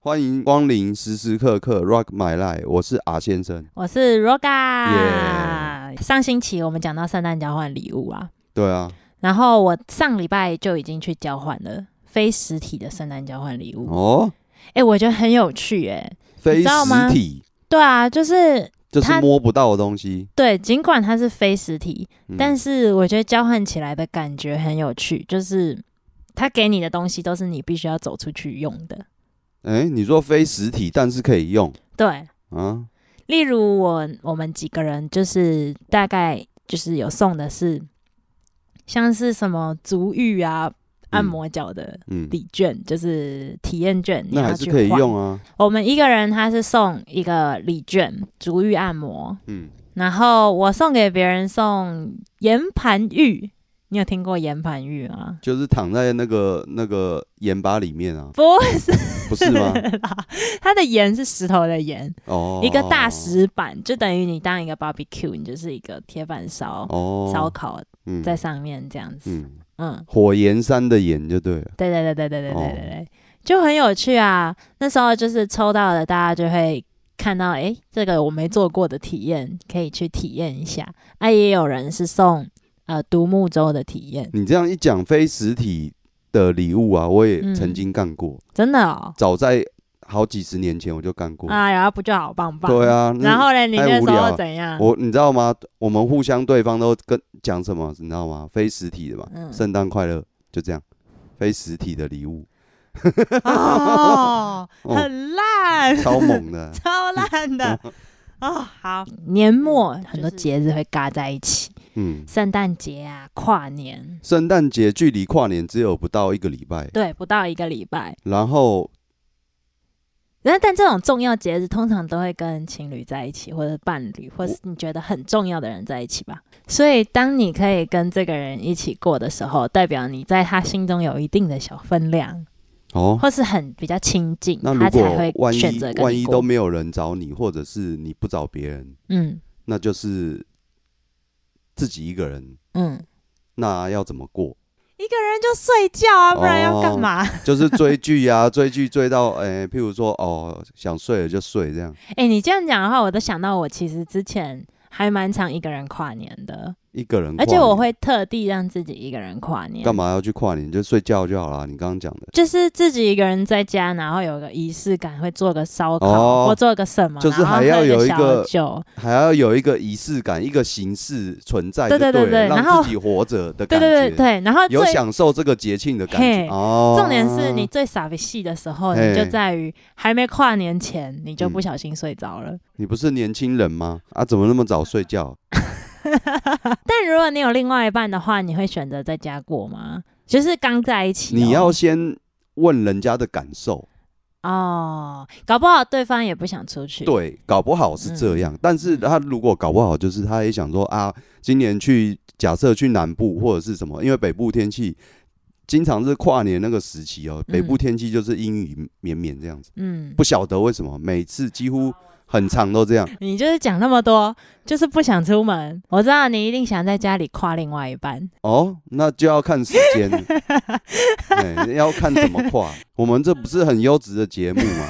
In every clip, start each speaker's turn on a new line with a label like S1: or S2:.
S1: 欢迎光临时时刻刻 Rock My Life，我是阿先生。
S2: 我是 Roga。
S1: Yeah
S2: 上星期我们讲到圣诞交换礼物啊，
S1: 对啊，
S2: 然后我上礼拜就已经去交换了非实体的圣诞交换礼物。
S1: 哦，
S2: 哎、我觉得很有趣哎、
S1: 非
S2: 知道吗
S1: 实体
S2: 对啊，就是
S1: 就是
S2: 它
S1: 摸不到的东西，
S2: 对，尽管它是非实体，
S1: 嗯
S2: 但是我觉得交换起来的感觉很有趣，就是他给你的东西都是你必须要走出去用的。
S1: 哎、你说非实体，但是可以用
S2: 对，
S1: 啊？
S2: 例如我我们几个人就是大概就是有送的是像是什么足浴啊、按摩脚的
S1: 嗯，
S2: 礼券，就是体验券，你
S1: 那
S2: 要
S1: 还是
S2: 去
S1: 可以
S2: 换
S1: 用。啊。
S2: 我们一个人他是送一个礼券，足浴按摩，
S1: 嗯，
S2: 然后我送给别人送岩盘浴，你有听过岩盘浴吗？
S1: 就是躺在那个那个盐巴里面啊，
S2: 不是
S1: 不是 吗？
S2: 啦，它的盐是石头的盐，
S1: 哦，
S2: 一个大石板，就等于你当一个 barbecue，你就是一个铁板烧、
S1: 哦，
S2: 烧烤
S1: 嗯
S2: 在上面这样子。
S1: 嗯，
S2: 嗯
S1: 火焰山的盐就对了。
S2: 对对对对对对对对
S1: 哦
S2: 对，就很有趣啊。那时候就是抽到的，大家就会看到，诶，这个我没做过的体验，可以去体验一下。啊，也有人是送呃独木舟的体验，
S1: 你这样一讲非实体的礼物啊，我也
S2: 嗯
S1: 曾经干过，
S2: 真的哦。
S1: 早在好几十年前我就干过。
S2: 啊，然后不就好棒棒？
S1: 哦对。啊，那
S2: 然后呢，你
S1: 太
S2: 那
S1: 无
S2: 时
S1: 聊
S2: 候
S1: 了
S2: 怎样？
S1: 我你知道吗？我们互相对方都跟讲什么，你知道吗？非实体的嘛，
S2: 嗯
S1: 圣诞快乐，就这样，非实体的礼物，
S2: 哦，
S1: 哦
S2: 很烂，。
S1: 超猛的
S2: 超烂的。哦，好，年末很多节日会嘎在一起，
S1: 嗯，
S2: 圣诞节啊，跨年，
S1: 圣诞节距离跨年只有不到一个礼拜，
S2: 对，不到一个礼拜。
S1: 然后
S2: 但但这种重要节日通常都会跟情侣在一起，或者伴侣，或是你觉得很重要的人在一起吧。所以，当你可以跟这个人一起过的时候，代表你在他心中有一定的小分量，
S1: 哦，
S2: 或是很比较亲近，
S1: 那
S2: 他
S1: 如
S2: 才会
S1: 果万一
S2: 选择跟你
S1: 万一
S2: 过
S1: 都没有人找你，或者是你不找别人，
S2: 嗯
S1: 那就是自己一个人，
S2: 嗯，
S1: 那要怎么过？
S2: 一个人就睡觉啊，不然要
S1: 哦
S2: 干嘛？
S1: 就是追剧啊， 追剧追到诶、譬如说哦，想睡了就睡这样，
S2: 哎、你这样讲的话，我都想到我其实之前还蛮常一个人跨年的，
S1: 一个人跨
S2: 而
S1: 年。
S2: 且我会特地让自己一个人跨年
S1: 干。嘛要去跨年？就睡觉就好啦。你刚刚讲的，
S2: 就是自己一个人在家，然后有个仪式感，会做个烧烤、
S1: 哦
S2: 或做个什么，
S1: 就是
S2: 然后
S1: 还要
S2: 喝
S1: 有一
S2: 小
S1: 个
S2: 酒，
S1: 还要有一个仪式感，一个形式存在就
S2: 对
S1: 了，
S2: 对对对然后
S1: 让自己活着的
S2: 对
S1: 感觉，
S2: 对对对。然后最
S1: 有享受这个节庆的感
S2: 嘿
S1: 觉。哦，
S2: 重点是你最傻逼戏的时候，你就
S1: 嘿
S2: 在于还没跨年前，你就
S1: 嗯
S2: 不小心睡着了。
S1: 你不是年轻人吗？啊，怎么那么早睡觉？
S2: 但如果你有另外一半的话，你会选择在家过吗？ 就是刚在一起哦、
S1: 你要先问人家的感受，
S2: 哦，搞不好对方也不想出去。
S1: 对，搞不好是这
S2: 嗯
S1: 样。但是他如果搞不好，就是他也想说啊，今年去假设去南部或者是什么，因为北部天气。经常是跨年那个时期哦，北部天气就是阴雨绵绵这样子，
S2: 嗯，
S1: 不晓得为什么每次几乎很长都这样。
S2: 你就是讲那么多，就是不想出门。我知道你一定想在家里跨另外一半。
S1: 哦，那就要看时 间，哎，要看怎么跨。我们这不是很优质的节目吗？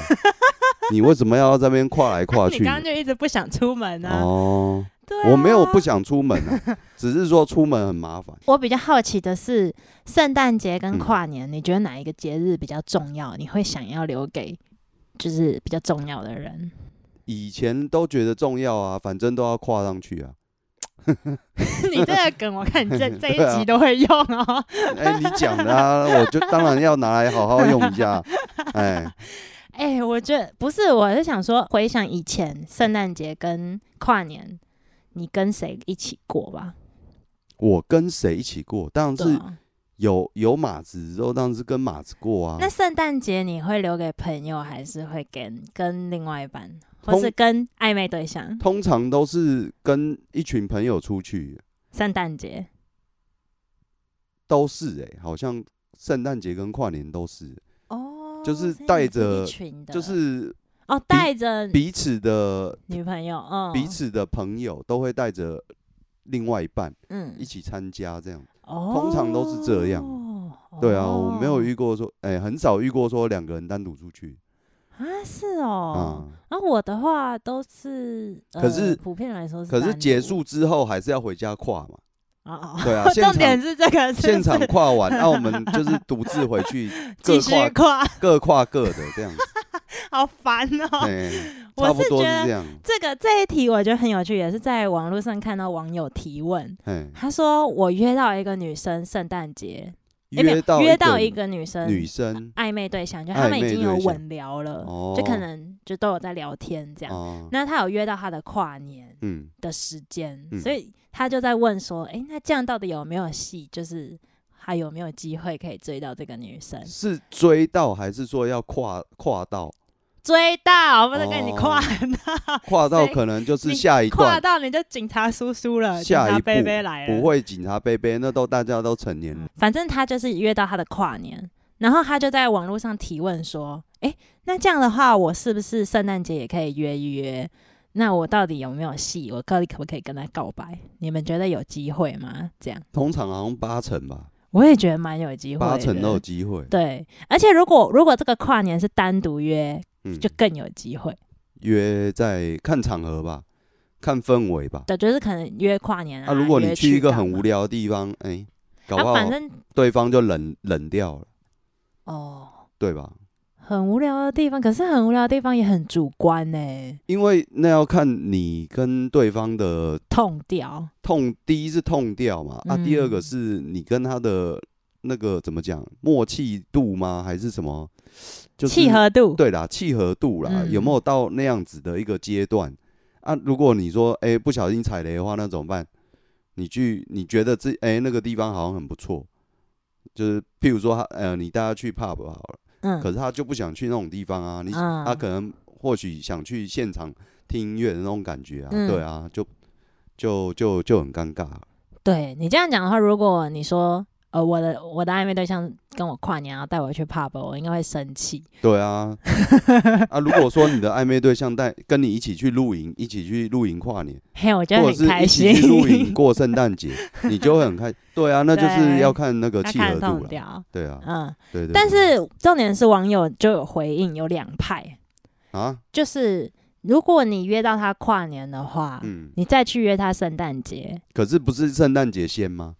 S1: 你为什么要在那边跨来跨
S2: 你
S1: 去
S2: 刚？刚就一直不想出门啊。
S1: 哦，
S2: 对
S1: 我没有不
S2: 啊。
S1: 想出门啊，只是说出门很麻烦。
S2: 我比较好奇的是，圣诞节跟
S1: 嗯
S2: 跨年，你觉得哪一个节日比较重要？你会想要留给就是比较重要的人？
S1: 以前都觉得重要啊，反正都要跨上去啊。
S2: 你这个梗，我看你这这
S1: 对
S2: 一
S1: 啊
S2: 集都会用哦。
S1: 哎、你讲的啊，我就当然要拿来好好用一下。 哎，
S2: 哎、我觉得不是，我是想说，回想以前圣诞节跟跨年，你跟谁一起过吧？
S1: 我跟谁一起过？当然
S2: 对
S1: 是
S2: 啊
S1: 有有马子之后，当然是跟马子过啊。
S2: 那圣诞节你会留给朋友，还是会跟跟另外一半，
S1: 通
S2: 或是跟暧昧对象？
S1: 通常都是跟一群朋友出去，
S2: 圣诞节
S1: 都是哎、好像圣诞节跟跨年都是，
S2: 哦
S1: 就是带着
S2: 群的，
S1: 就是
S2: 哦，带着
S1: 彼此的
S2: 女朋友，嗯，
S1: 彼此的朋友都会带着另外一半
S2: 嗯
S1: 一，起参加，这样
S2: 哦
S1: 通常都是这样。对啊，我没有
S2: 遇
S1: 遇过说，哎，很少遇过说两个人单独出去
S2: 啊，是哦。
S1: 啊。
S2: 然后我的话都是，呃
S1: 可是
S2: 普遍来说是
S1: 可
S2: 单独，
S1: 是结束之后还是要回家跨 嘛，
S2: 啊 啊，，
S1: 对啊
S2: 重点
S1: 现场
S2: 是这个是不是
S1: 现场跨完，那我们就是独自回 去各
S2: 继续
S1: 跨
S2: 夸，
S1: 各跨各的这样子，
S2: 好烦 哦。
S1: 哎，
S2: 我
S1: 差不
S2: 是
S1: 多
S2: 觉
S1: 是
S2: 得
S1: 这样，
S2: 这个这一题我觉得很有趣，也是在网络上看到网友提问，
S1: 哎，
S2: 他说我约到一个女生圣诞节，诶哎没有
S1: 约到
S2: 约到一个女生
S1: 女生
S2: 暧昧对象，就他们
S1: 暧昧
S2: 已经有
S1: 对象
S2: 稳聊了，
S1: 哦，
S2: 就可能就都有在聊天这样。
S1: 哦，
S2: 那他有约到他的跨年
S1: 嗯，
S2: 的时间，
S1: 嗯
S2: 所以他就在问说：“诶，那这样到底有没有戏？就是还有没有机会可以追到这个女生？
S1: 是追到还是说要跨跨到？
S2: 追到不是跟你
S1: 哦
S2: 跨到，
S1: 跨到
S2: 谁
S1: 可能就是
S2: 啊你
S1: 下一
S2: 跨
S1: 段，
S2: 到你就警察叔叔了，警
S1: 下一
S2: 察
S1: 步
S2: 贝贝来了，嗯
S1: 不会警察贝贝，那都大家都成年了。
S2: 反正他就是约到他的跨年，然后他就在网络上提问说：“诶，那这样的话，我是不是圣诞节也可以约一约？那我到底有没有戏？我到底可不可以跟他告白？你们觉得有机会吗？”这样，
S1: 通常好像八成吧，
S2: 我也觉得蛮有机会的，
S1: 八成都有机会。
S2: 对。而且如果如果这个跨年是单独约，
S1: 嗯
S2: 就，更有机会。
S1: 约在看场合吧，看氛围吧。
S2: 对，就是可能约跨年啊。
S1: 啊，如果
S2: 约
S1: 你去一个
S2: 干
S1: 很
S2: 嘛
S1: 无，聊的地方，哎，搞不
S2: 啊，
S1: 好
S2: 反正
S1: 对方就冷冷掉了，
S2: 哦。
S1: 对吧？
S2: 很无聊的地方，可是很无聊的地方也很主观呢、欸
S1: 因为那要看你跟对方的
S2: 痛掉。
S1: 痛，第一是痛调嘛，啊，
S2: 嗯
S1: 第二个是你跟他的那个怎么讲默契度吗？还是什么？就是
S2: 契合度，
S1: 对啦，契合度啦，
S2: 嗯
S1: 有没有到那样子的一个阶段啊？如果你说哎、不小心踩雷的话，那怎么办？你去你觉得自哎、那个地方好像很不错，就是譬如说他呃你带他去 pub 好了，
S2: 嗯，
S1: 可是他就不想去那种地方啊，你、
S2: 嗯
S1: 他可能或许想去现场听音乐的那种感觉啊，
S2: 嗯
S1: 对啊，就就就就很尴尬啊、
S2: 对你这样讲的话，如果你说呃我的我的暧昧对象跟我跨年，然后带我去 pub，我应该会生气。
S1: 对啊，啊，如果说你的暧昧对象带跟你一起去露营，一起去露营跨年。
S2: 嘿，我觉得
S1: 或者
S2: 很
S1: 是
S2: 开
S1: 一
S2: 心
S1: 起。去露营过圣诞节， 你就会很开。对啊，那就是要看那个
S2: 他
S1: 契
S2: 看
S1: 合
S2: 得懂
S1: 度了。
S2: 掉，
S1: 对啊，
S2: 嗯，
S1: 对对对。
S2: 但是重点是网友就有回应，有两派，
S1: 啊，
S2: 就是如果你约到他跨年的话，
S1: 嗯，
S2: 你再去约他圣诞节，
S1: 可是不是圣诞节先吗？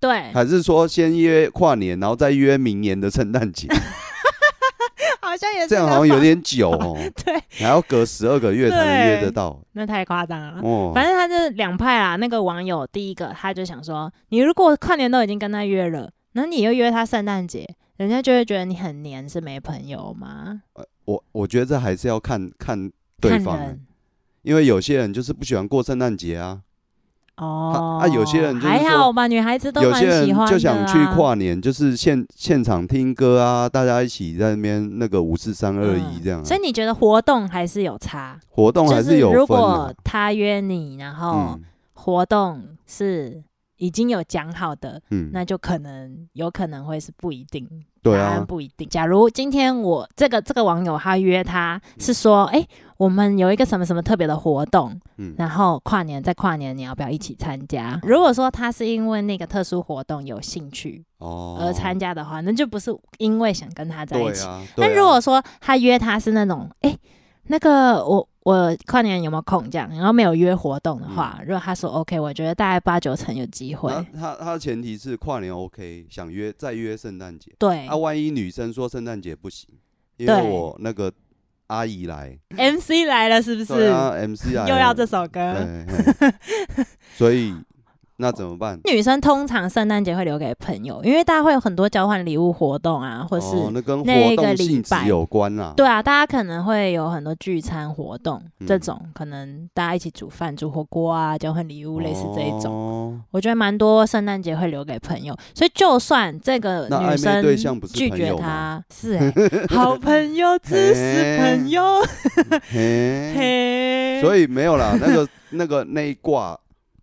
S2: 对，
S1: 还是说先约跨年，然后再约明年的圣诞 节？
S2: 好像也是
S1: 这样
S2: 个
S1: 好像有
S2: 方
S1: 点久 哦，
S2: 对，
S1: 还要隔十二个月才能约得到
S2: 那太夸张了。
S1: 哦。
S2: 啊反正他就是两派啦。那个网友第一个他就想说，你如果跨年都已经跟他约了，那你又约他圣诞节，人家就会觉得你很黏，是没朋友吗？
S1: 呃我我觉得这还是要看看对
S2: 看
S1: 方啊，
S2: 人
S1: 因为有些人就是不喜欢过圣诞节啊，
S2: 哦，
S1: 啊啊有些人就是
S2: 还
S1: 说
S2: 好吧，女孩子都
S1: 有
S2: 蛮
S1: 些人
S2: 喜欢的、啊、
S1: 就想去跨年，就是现现场听歌啊，大家一起在那边那个五四三二一
S2: 嗯
S1: 这样啊、
S2: 所以你觉得活动还是有差，
S1: 活动还
S2: 就是
S1: 有
S2: 如
S1: 分啊
S2: 果。哦他约你，然后
S1: 嗯
S2: 活动是。已经有讲好的，
S1: 嗯，
S2: 那就可能有可能会是不一定，
S1: 对
S2: 答
S1: 啊
S2: 案，不一定。假如今天我这个这个网友他约他是说，哎、我们有一个什么什么特别的活动，
S1: 嗯，
S2: 然后跨年在跨年你要不要一起参加？如果说他是因为那个特殊活动有兴趣
S1: 哦，
S2: 而参加的话，那就不是因为想跟他在一
S1: 对
S2: 起。
S1: 啊，
S2: 那
S1: 对啊
S2: 如果说他约他是那种，哎、那个我我跨年有没有空这样，然后没有约活动的话，
S1: 嗯
S2: 如果他说 OK，我觉得大概八九成有机会。
S1: 那他他的前提是跨年 OK，想约再约圣诞节。
S2: 对、
S1: 啊，万一女生说圣诞节不行，因为
S2: 对
S1: 我那个阿姨来，
S2: m c 来了是不是？
S1: 对啊，MC 来了，
S2: 又要这首歌。
S1: 对， 嘿哎所以那怎么办？
S2: 女生通常圣诞节会留给朋友，因为大家会有很多交换礼物活动啊，或是、
S1: 哦，那跟
S2: 那
S1: 活
S2: 个
S1: 动
S2: 礼
S1: 性质
S2: 拜
S1: 有关啦。
S2: 对啊，大家可能会有很多聚餐活动，
S1: 嗯
S2: 这种可能大家一起煮饭、煮火锅啊，交换礼物，类似这
S1: 哦
S2: 一种。
S1: 种。
S2: 我觉得蛮多圣诞节会留给朋友，所以就算这个
S1: 那
S2: 女
S1: 暧昧对象
S2: 生
S1: 不是
S2: 拒
S1: 朋
S2: 绝
S1: 友
S2: 他
S1: 吗，
S2: 是、欸、 好朋友、知识朋友，
S1: 嘿，
S2: 嘿，
S1: 所
S2: 以
S1: 以没有啦，那个那个那一卦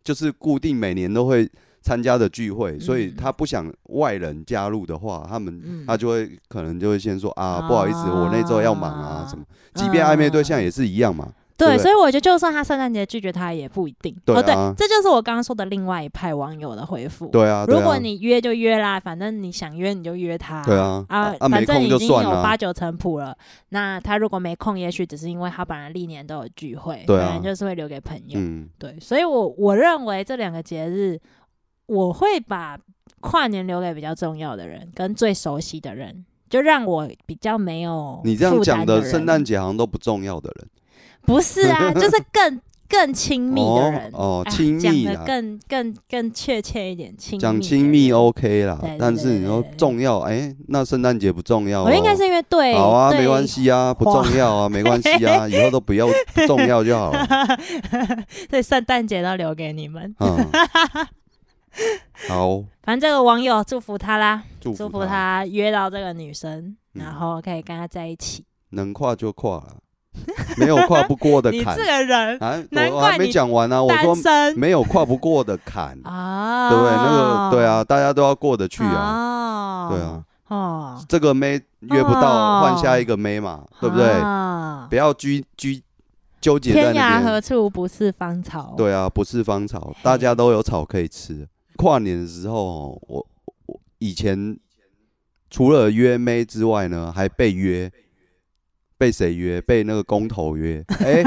S1: 就是固定每年都会参加的聚会，所以
S2: 嗯
S1: 他不想外人加入的话，他们、
S2: 嗯
S1: 他就会可能就会先说啊，不好意思，我那周要忙啊
S2: 啊
S1: 什么。即便暧昧对象
S2: 嗯
S1: 也是一样嘛，对
S2: 对，
S1: 不对
S2: 所以我觉得就算他圣诞节拒绝他也不一定。
S1: 对啊
S2: 哦，对，这就是我刚刚说的另外一派网友的回复。、
S1: 对啊，对
S2: 如
S1: 啊
S2: 果你约就约啦，反正你想约你就约他。
S1: 对啊
S2: 啊，
S1: 啊没
S2: 反正
S1: 空
S2: 已
S1: 就
S2: 经
S1: 算
S2: 有
S1: 了
S2: 八，九成谱了。那他如果没空，也许只是因为他本来历年都有聚会，
S1: 对啊
S2: 本来就是会留给朋友。
S1: 嗯，
S2: 对，所以我我认为这两个节日，我会把跨年留给比较重要的人跟最熟悉的人，就让我比较没有
S1: 你这样
S2: 负担
S1: 讲
S2: 的
S1: 的
S2: 人
S1: 圣诞节好像都不重要的人，
S2: 不是啊，就是更更亲密的人
S1: 哦哦
S2: 哎
S1: 亲密
S2: 讲的
S1: 啦
S2: 更更更确切一点，亲密
S1: 讲亲
S2: 的
S1: 密
S2: 人。
S1: OK 啦
S2: 对对，
S1: 但是你说
S2: 对对对
S1: 重要，哎，那圣诞节不重要
S2: 我
S1: 哦，
S2: 应该是因为对，
S1: 好啊，
S2: 对
S1: 没 关，系啊，不
S2: 哇
S1: 重要啊，没关系啊，以后都不要不重要就好了。
S2: 所以圣诞节都留给你们。
S1: 嗯，好，
S2: 反正这个网友祝福他啦，
S1: 祝
S2: 祝
S1: 福
S2: 福他约到这个女生，
S1: 嗯
S2: 然后可以跟他在一起。
S1: 能跨就跨了，没有跨不过的
S2: 你
S1: 坎
S2: 这个人
S1: 啊！
S2: 难
S1: 我我还
S2: 怪
S1: 没
S2: 你
S1: 讲完啊呢，我说
S2: 单身
S1: 没有跨不过的坎，
S2: 啊，
S1: 对不对？那个对啊，，大家都要过得去啊。
S2: 啊
S1: 对啊，
S2: 哦，
S1: 这个妹约不到，
S2: 哦
S1: 换下一个妹嘛，对不对？
S2: 啊
S1: 不要拘拘纠结在
S2: 天
S1: 那
S2: 涯
S1: 边
S2: 何。处不是芳草？
S1: 对啊，不是芳草，大家都有草可以吃。跨年的时候哦，我我以前除了约妹之外呢，还被约，被谁约？被那个工头 约。哎、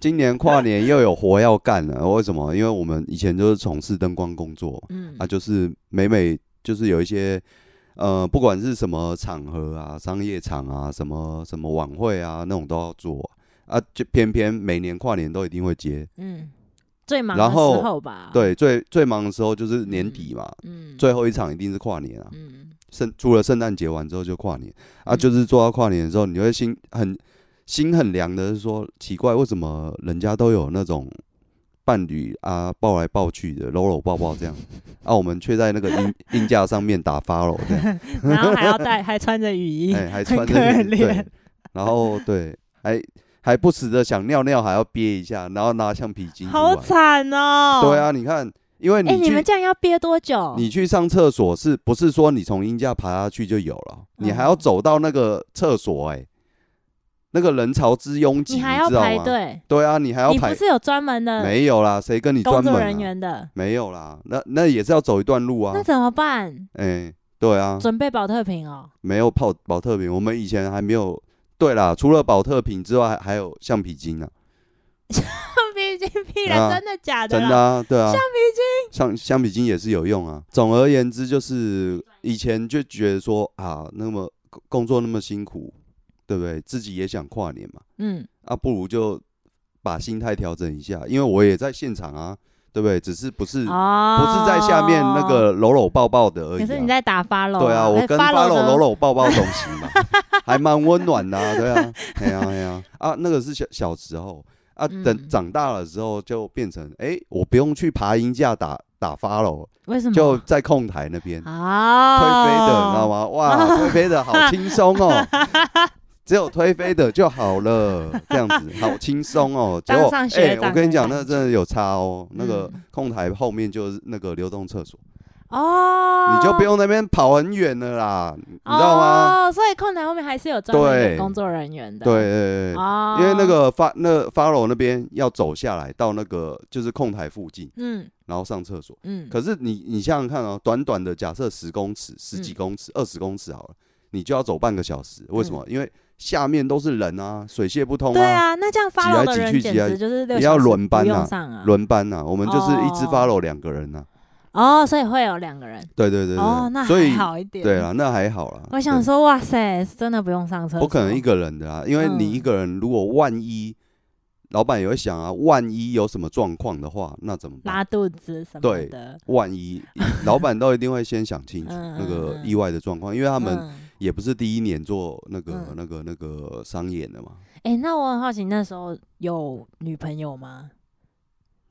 S1: 今年跨年又有活要干了，为什么？因为我们以前就是从事灯光工作
S2: 嗯
S1: 啊，就是每每就是有一些。呃，不管是什么场合啊，商业场啊，什么什么晚会啊，那种都要做啊，啊就偏偏每年跨年都一定会接，
S2: 嗯，最忙的
S1: 然后
S2: 时候吧。，
S1: 对，最最忙的时候就是年底嘛，
S2: 啊嗯，
S1: 最后一场一定是跨年啊。
S2: 嗯
S1: 圣除了圣诞节完之后就跨年啊，
S2: 嗯
S1: 就是做到跨年的时候，你会心很心很凉的，是说奇怪为什么人家都有那种伴侣啊抱来抱去的，搂搂抱抱 这样，啊，我们却在那个音音架上面打发喽这 样，
S2: 然后还要带，还穿着雨衣，
S1: 哎、还
S2: 很
S1: 穿着
S2: 可
S1: 对
S2: 怜，
S1: 然后对，还还不时的想尿尿还要憋一下，然后拿橡皮筋出
S2: 好
S1: 来
S2: 惨哦。
S1: 对，啊，你看，因为你
S2: 哎，你
S1: 去
S2: 们这样要憋多久？
S1: 你去上厕所是不是说你从阴架爬下去就有了？
S2: 嗯
S1: 你还要走到那个厕所、哎，那个人潮之拥挤，
S2: 你
S1: 你
S2: 还要
S1: 知道
S2: 排
S1: 吗？
S2: 队，
S1: 对啊，你还要
S2: 你不
S1: 排，
S2: 是有专门的
S1: 没有啦，谁跟你
S2: 工
S1: 专门、
S2: 作
S1: 啊、
S2: 人员的？
S1: 没有啦，那那也是要走一段路啊
S2: 那。怎么办？
S1: 哎、对啊，
S2: 准备保特 瓶哦。
S1: 没有泡保特瓶，我们以前还没有。对啦，除了保特瓶之外，还还有橡皮筋啊，
S2: 毕竟屁
S1: 对啊
S2: 人真的假的
S1: 真
S2: 啦？
S1: 的啊，对啊，橡皮筋，橡橡皮筋也是有用啊。总而言之，就是以前就觉得说啊，那么工工作那么辛苦，对不对？自己也想跨年嘛，
S2: 嗯，
S1: 啊，不如就把心态调整一下，因为我也在现场啊，对不对？只是不是、
S2: 哦，
S1: 不是在下面那个搂搂抱抱的而已、
S2: 可是你
S1: 啊。
S2: 在打发喽。
S1: 对啊，我
S2: 哎
S1: 跟
S2: 发
S1: follow
S2: 呢
S1: 搂搂抱抱东西 嘛，还蛮温暖的、啊，对啊，哎呀哎呀，啊，那个是小小时候啊，等
S2: 嗯
S1: 长大了之后就变成，哎、我不用去爬鹰架打打发了，
S2: 为什么？
S1: 就在控台那边、
S2: 啊，
S1: 推飞的，你知道？吗？ 哇，推飞的好轻松哦，只有推飞的就好了，这样 子好轻松哦。结
S2: 当
S1: 果，
S2: 上
S1: 哎、
S2: 学
S1: 我
S2: 长
S1: 跟你
S2: 的
S1: 讲，
S2: 感
S1: 那真的有差哦，那个
S2: 嗯
S1: 控台后面就是那个流动厕所。
S2: 哦，
S1: 你就不用那边跑很远了啦，你知道吗？
S2: 哦，所以空台后面还是有专门
S1: 对
S2: 的工作人员的。
S1: 对对对对，
S2: 哦，
S1: 因为那个发那发楼那边要走下来到那个就是控台附近，
S2: 嗯
S1: 然后上厕所。
S2: 嗯，
S1: 可是你你想想看哦，短短的假设十公尺、十几
S2: 嗯
S1: 公尺、二十公尺好了，你就要走半个小时，为什么？
S2: 嗯
S1: 因为下面都是人啊，水泄不通
S2: 对，啊，那这样发
S1: 来
S2: 楼的
S1: 挤
S2: 人
S1: 去
S2: 简
S1: 挤来
S2: 直就是六
S1: 也要
S2: 小时
S1: 轮班
S2: 不
S1: 啊
S2: 用上啊。
S1: 轮班呐，我们就是一只
S2: 哦
S1: 发楼两个人呐。
S2: 哦，所以会有两个人。
S1: 对对对
S2: 哦，那
S1: 对，所
S2: 还
S1: 以
S2: 好一点。
S1: 对，啦，那还好啦。
S2: 我想
S1: 对
S2: 说，哇塞，真的不用上车，
S1: 不可能一个人的啊，因为你
S2: 嗯
S1: 一个人如果万一，老板也会想啊，万一有什么状况的话，那怎么办？
S2: 拉肚子什么
S1: 对
S2: 的。
S1: 万一老板都一定会先想清楚
S2: 嗯
S1: 那个
S2: 嗯嗯
S1: 意外的状况，因为他
S2: 他
S1: 们也不是第一年做那个
S2: 嗯
S1: 那个那个商演的嘛。
S2: 哎、那我很好奇，那时候有女朋友吗？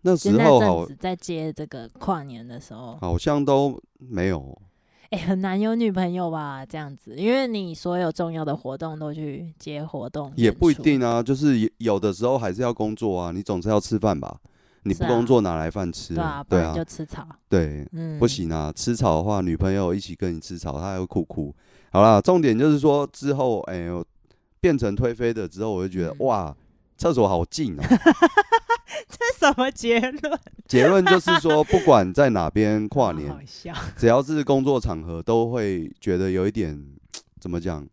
S1: 那时
S2: 就那
S1: 候
S2: 阵
S1: 好
S2: 子在接这个跨年的时候，
S1: 好像都没有，
S2: 哎、很难有女朋友吧？这样子，因为你所有重要的活动都去接活动，
S1: 也不一
S2: 演出。
S1: 啊定啊，就是也有的时候还是要工作啊，你总是要吃饭吧。你不
S2: 是啊
S1: 工作哪来饭吃
S2: 对啊
S1: 啊？，
S2: 不
S1: 对
S2: 然
S1: 啊
S2: 就，吃草，
S1: 对，
S2: 嗯，
S1: 不，行啊，吃草的话，女朋友一起跟你吃草，她还会哭哭。好啦，重点就是说之后，哎、呦，变成推飞的之后，我就觉得、
S2: 嗯
S1: 哇，厕所好近哦、
S2: 这 什么结论？
S1: 结论就是说，不管在哪边跨年
S2: 好，笑，
S1: 只要是工作场合，都会觉得有一点怎么讲，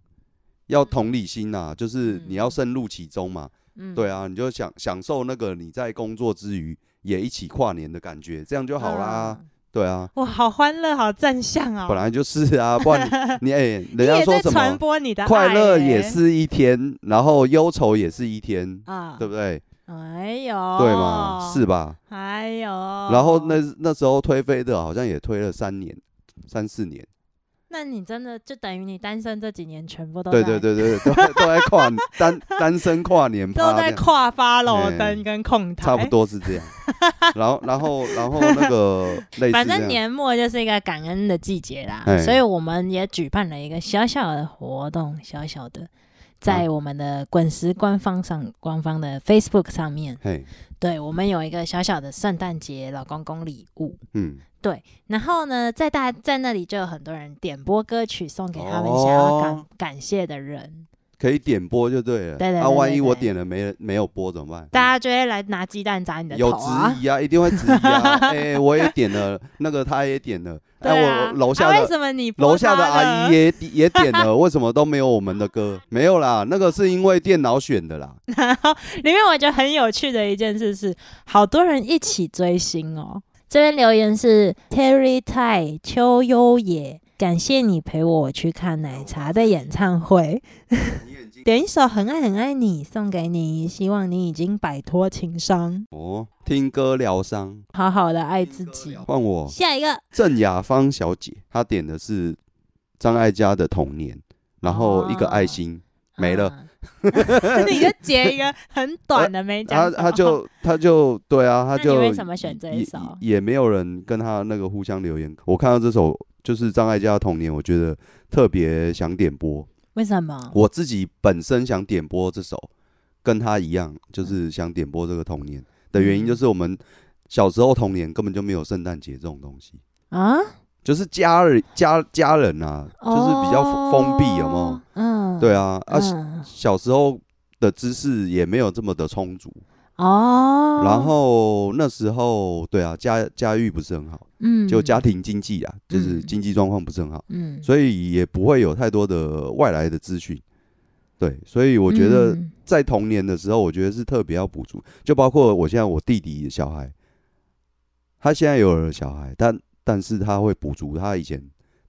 S1: 要同理心呐、就是你要深入其中嘛。
S2: 嗯，
S1: 对啊，你就享享受那个你在工作之余也一起跨年的感觉，这样就好啦。
S2: 嗯。
S1: 对啊，
S2: 哇，好欢乐，好正向哦！
S1: 本来就是啊，不然 你你哎、
S2: 你
S1: 人家
S2: 也
S1: 说
S2: 在
S1: 什
S2: 传
S1: 么
S2: 播你的
S1: 快
S2: 爱
S1: 乐
S2: 耶
S1: 也是一天，然后忧愁也是一天，
S2: 啊，哦
S1: 对不对？
S2: 哎呦，
S1: 对嘛，是，吧？
S2: 哎呦，
S1: 然后那，那时候推飞的好像也推了三年。三四年，
S2: 那你真的就等于你单身这几年全部都
S1: 对
S2: 在
S1: 对，对对，都在都在跨单单身跨年趴
S2: 都
S1: 这
S2: 在
S1: 样，
S2: 跨发楼
S1: 哎
S2: 灯跟控台，
S1: 差不。多是这 样。然后然后然后那个类似
S2: 反
S1: 这
S2: 正
S1: 样
S2: 年末就是一个感恩的季节啦，
S1: 哎
S2: 所以我们也举办了一个小小的活动，小小
S1: 啊
S2: 的，在我们的滚石官方上、官方的 Facebook 上面，
S1: 嘿，
S2: 对我们有一个小小的圣诞节老公公礼物。
S1: 嗯，
S2: 然后呢，在大在那里就有很多人点播歌曲送给他们想要感、
S1: 哦
S2: 感谢的人，
S1: 可以点播就对了。
S2: 对对
S1: 啊，
S2: 对对
S1: 万一我
S2: 对
S1: 点了没人没有播怎么办？
S2: 大家就会来拿鸡蛋砸你的
S1: 有
S2: 头
S1: 质
S2: 啊！
S1: 疑啊，一定会质疑啊。 哎，我也点了，那个他也点了，
S2: 对
S1: 哎，
S2: 啊，
S1: 我楼下
S2: 啊为
S1: 的
S2: 什么你播
S1: 楼下的
S2: 他
S1: 阿
S2: 呢
S1: 姨也 也点了，为什么都没有我们的歌？没有啦，那个是因为电脑选的啦。
S2: 然后里面我觉得很有趣的一件事是，好多人一起追星哦。这边留言是 Terry Tai 秋优也，感谢你陪我去看奶茶的演唱会，
S1: 你眼睛
S2: 点一首《很爱很爱你》送给你，希望你已经摆脱情伤，
S1: 哦，听歌疗伤，
S2: 好好的爱自己。
S1: 换我
S2: 下一个，
S1: 郑雅芳小姐，她点的是张艾嘉的《童年》，然后
S2: 哦
S1: 一个爱心。没了
S2: 啊， 你就截一个很短的没
S1: 他
S2: 讲什么。
S1: 他就他就对啊，他
S2: 你
S1: 就
S2: 为什么选这一
S1: 也
S2: 首
S1: 也也没有人跟他那个互相留言。我看到这首就是张艾嘉的《童年》，我觉得特别想点播。
S2: 为什么？
S1: 我自己本身想点播这首，跟他一样，就是想点播这个《童年》的原因，
S2: 嗯
S1: 就是我们小时候童年根本就没有圣诞节这种东西，
S2: 啊，
S1: 就是家人家家人啊，就是比较封封闭，有没有
S2: 哦？嗯，
S1: 对啊，啊，
S2: 嗯
S1: 小时候的知识也没有这么的充足。
S2: 哦，
S1: 然后那时候，对啊，家家育不是很好，
S2: 嗯，
S1: 就家庭经济啊，就是
S2: 嗯
S1: 经济状况不是很好，
S2: 嗯，
S1: 所以也不会有太多的外来的资讯。对，所以我觉得
S2: 嗯
S1: 在童年的时候，我觉得是特别要补足，就包括我现在我弟弟的小孩，他现在有了小孩，但但是他会补足他以前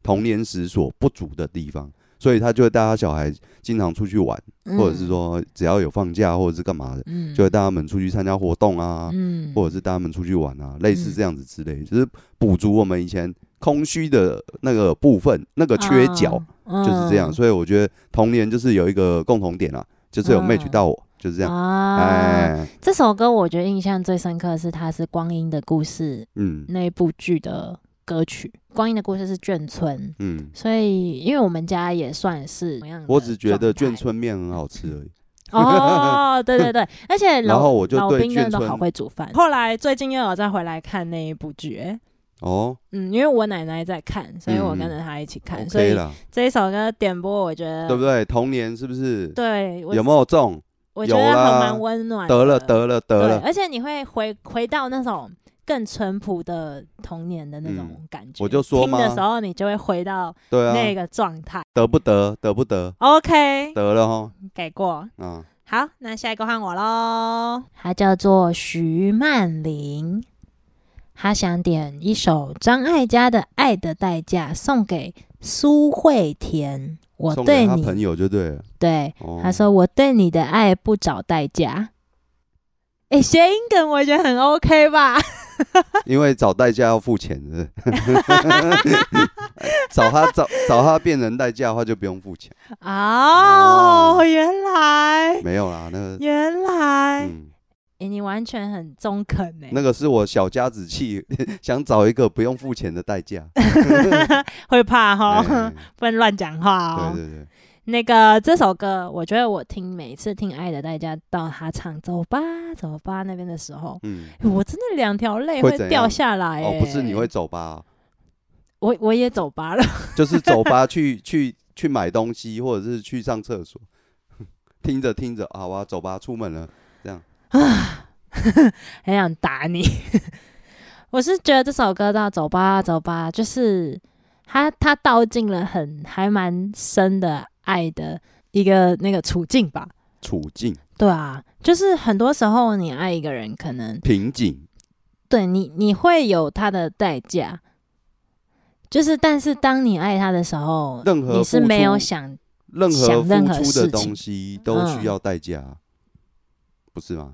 S1: 童年时所不足的地方，所以他就会带他小孩经常出去玩，或者是，说只要有放假或者是干嘛的，
S2: 嗯
S1: 就会带他们出去参加活动啊，
S2: 嗯，
S1: 或者是带他们出去玩啊，类似这样子之类，就是补足我们以前空虚的那个部分，那个缺角、
S2: 嗯
S1: 就是这样。所以我觉得童年就是有一个共同点啊，就是有
S2: 嗯
S1: match 到我，就是这样。
S2: 啊，
S1: 哎，
S2: 这首歌我觉得印象最深刻的是它是《光阴的故事》
S1: 嗯
S2: 那一部剧的歌曲，《光阴的故事》是眷村，
S1: 嗯，
S2: 所以因为我们家也算是同样的
S1: 我只觉得
S2: 状
S1: 眷
S2: 态
S1: 村面很好吃而已。
S2: 哦，对 对对，而且
S1: 然
S2: 老
S1: 后我就
S2: 老
S1: 对
S2: 兵真
S1: 眷
S2: 的都好
S1: 村
S2: 会煮饭。后来最近又有再回来看那一部剧，哎
S1: 哦
S2: 嗯，因为我奶奶在看，所以我跟着她一起看，
S1: 嗯
S2: 所
S1: ，OK
S2: 以
S1: 啦，
S2: 这一首歌点播，我觉得
S1: 对不对？童年是不是？
S2: 对，我
S1: 有没有中？
S2: 我觉得
S1: 有
S2: 很
S1: 啦
S2: 蛮温暖
S1: 得了
S2: 的，
S1: 得了得
S2: 对
S1: 了！
S2: 而且你会回回到那种更淳朴的童年的那种
S1: 嗯
S2: 感觉。
S1: 我就说
S2: 听的
S1: 嘛
S2: 时候你就会回到
S1: 对
S2: 那
S1: 啊，
S2: 个状态。
S1: 得不得？得不得？
S2: OK，
S1: 得了哈，
S2: 给过。
S1: 啊。
S2: 好，那下一个换我喽。他叫做徐曼玲，他想点一首张艾嘉的《爱的代价》，送给苏慧田。我
S1: 送给
S2: 对
S1: 他朋
S2: 你，
S1: 友就对了。
S2: 对，
S1: 哦
S2: 他说：“我对你的爱不找代价。”哎，谐音梗我觉得很 OK 吧？
S1: 因为找代驾要付钱是不是 找他找找他变成代驾的话就不用付钱，
S2: 哦，
S1: 哦
S2: 原来
S1: 没有啦，那个
S2: 原来，哎、
S1: 嗯，
S2: 你完全很中肯哎、
S1: 那个是我小家子气， 想找一个不用付钱的代驾。
S2: 会怕哈、
S1: 哎
S2: 不能乱讲话哦。
S1: 对对对，
S2: 那个这首歌，我觉得我听每一次听《爱的代价》到他唱“走吧，走吧”那边的时候，
S1: 嗯，
S2: 我真的两条泪
S1: 会
S2: 会
S1: 怎
S2: 掉
S1: 样
S2: 下来、
S1: 哦，不是你会，走吧？
S2: 我我也走吧了。
S1: 就是走吧，去 去去买东西，或者是去上厕所。 听着听着，好啊，走吧，出门了。
S2: 很想打你。 我是觉得这首歌到走吧走吧，就是他他道尽了很还蛮深的爱的一个那个处境吧。
S1: 处境
S2: 对啊，就是很多时候你爱一个人，可能
S1: 瓶颈，
S2: 对你你会有他的代价，就是但是当你爱他的时候，
S1: 任何
S2: 你是
S1: 付
S2: 没有
S1: 出
S2: 想
S1: 任何
S2: 想任何
S1: 付出的
S2: 事情
S1: 东西都
S2: 嗯
S1: 需要代价啊，不是吗？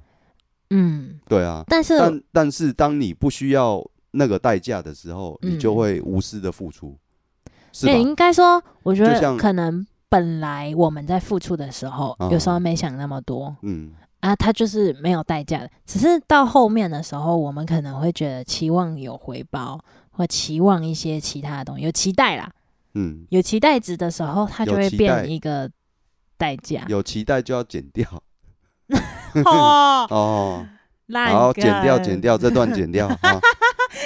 S2: 嗯，
S1: 对啊，
S2: 但是
S1: 但但是当你不需要那个代价的时候，你就
S2: 嗯
S1: 会无私的付出，是
S2: 对，
S1: 吧？
S2: 应该说，我觉
S1: 就
S2: 得
S1: 像
S2: 可能本来我们在付出的时候，
S1: 啊
S2: 有时候没想那么多
S1: 嗯，
S2: 啊，它就是没有代价的。只是到后面的时候，我们可能会觉得期望有回报，或期望一些其他的东西，有期待啦，
S1: 嗯，
S2: 有期待值的时候，它就
S1: 有
S2: 会
S1: 期待
S2: 变一个代价。
S1: 有 期待就要减掉
S2: 哦，
S1: 哦，
S2: 烂
S1: 好，减掉，减
S2: 梗，
S1: 掉，这段减 掉啊，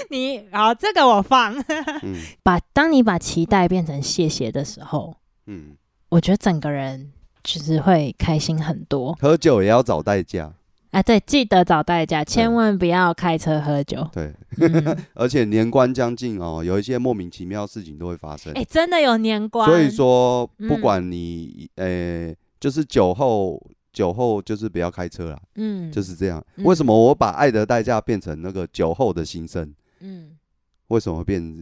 S2: 你好，这个我放。
S1: 嗯
S2: 把当你把期待变成谢谢的时候，
S1: 嗯，
S2: 我觉得整个人其实会开心很多。
S1: 喝酒也要找代价，
S2: 啊，对，记得找代驾，
S1: 嗯
S2: 千万不要开车 喝酒。
S1: 对，
S2: 嗯
S1: 而且年关将近哦，有一些莫名其妙的事情都会发生
S2: 哎、，真的有年关，
S1: 所以说不
S2: 嗯
S1: 管你呃，就是酒后酒后就是不要开车啦，
S2: 嗯，
S1: 就是这样。
S2: 嗯
S1: 为什么我把爱的代价变成那个酒后的心声？
S2: 嗯，
S1: 为什么变？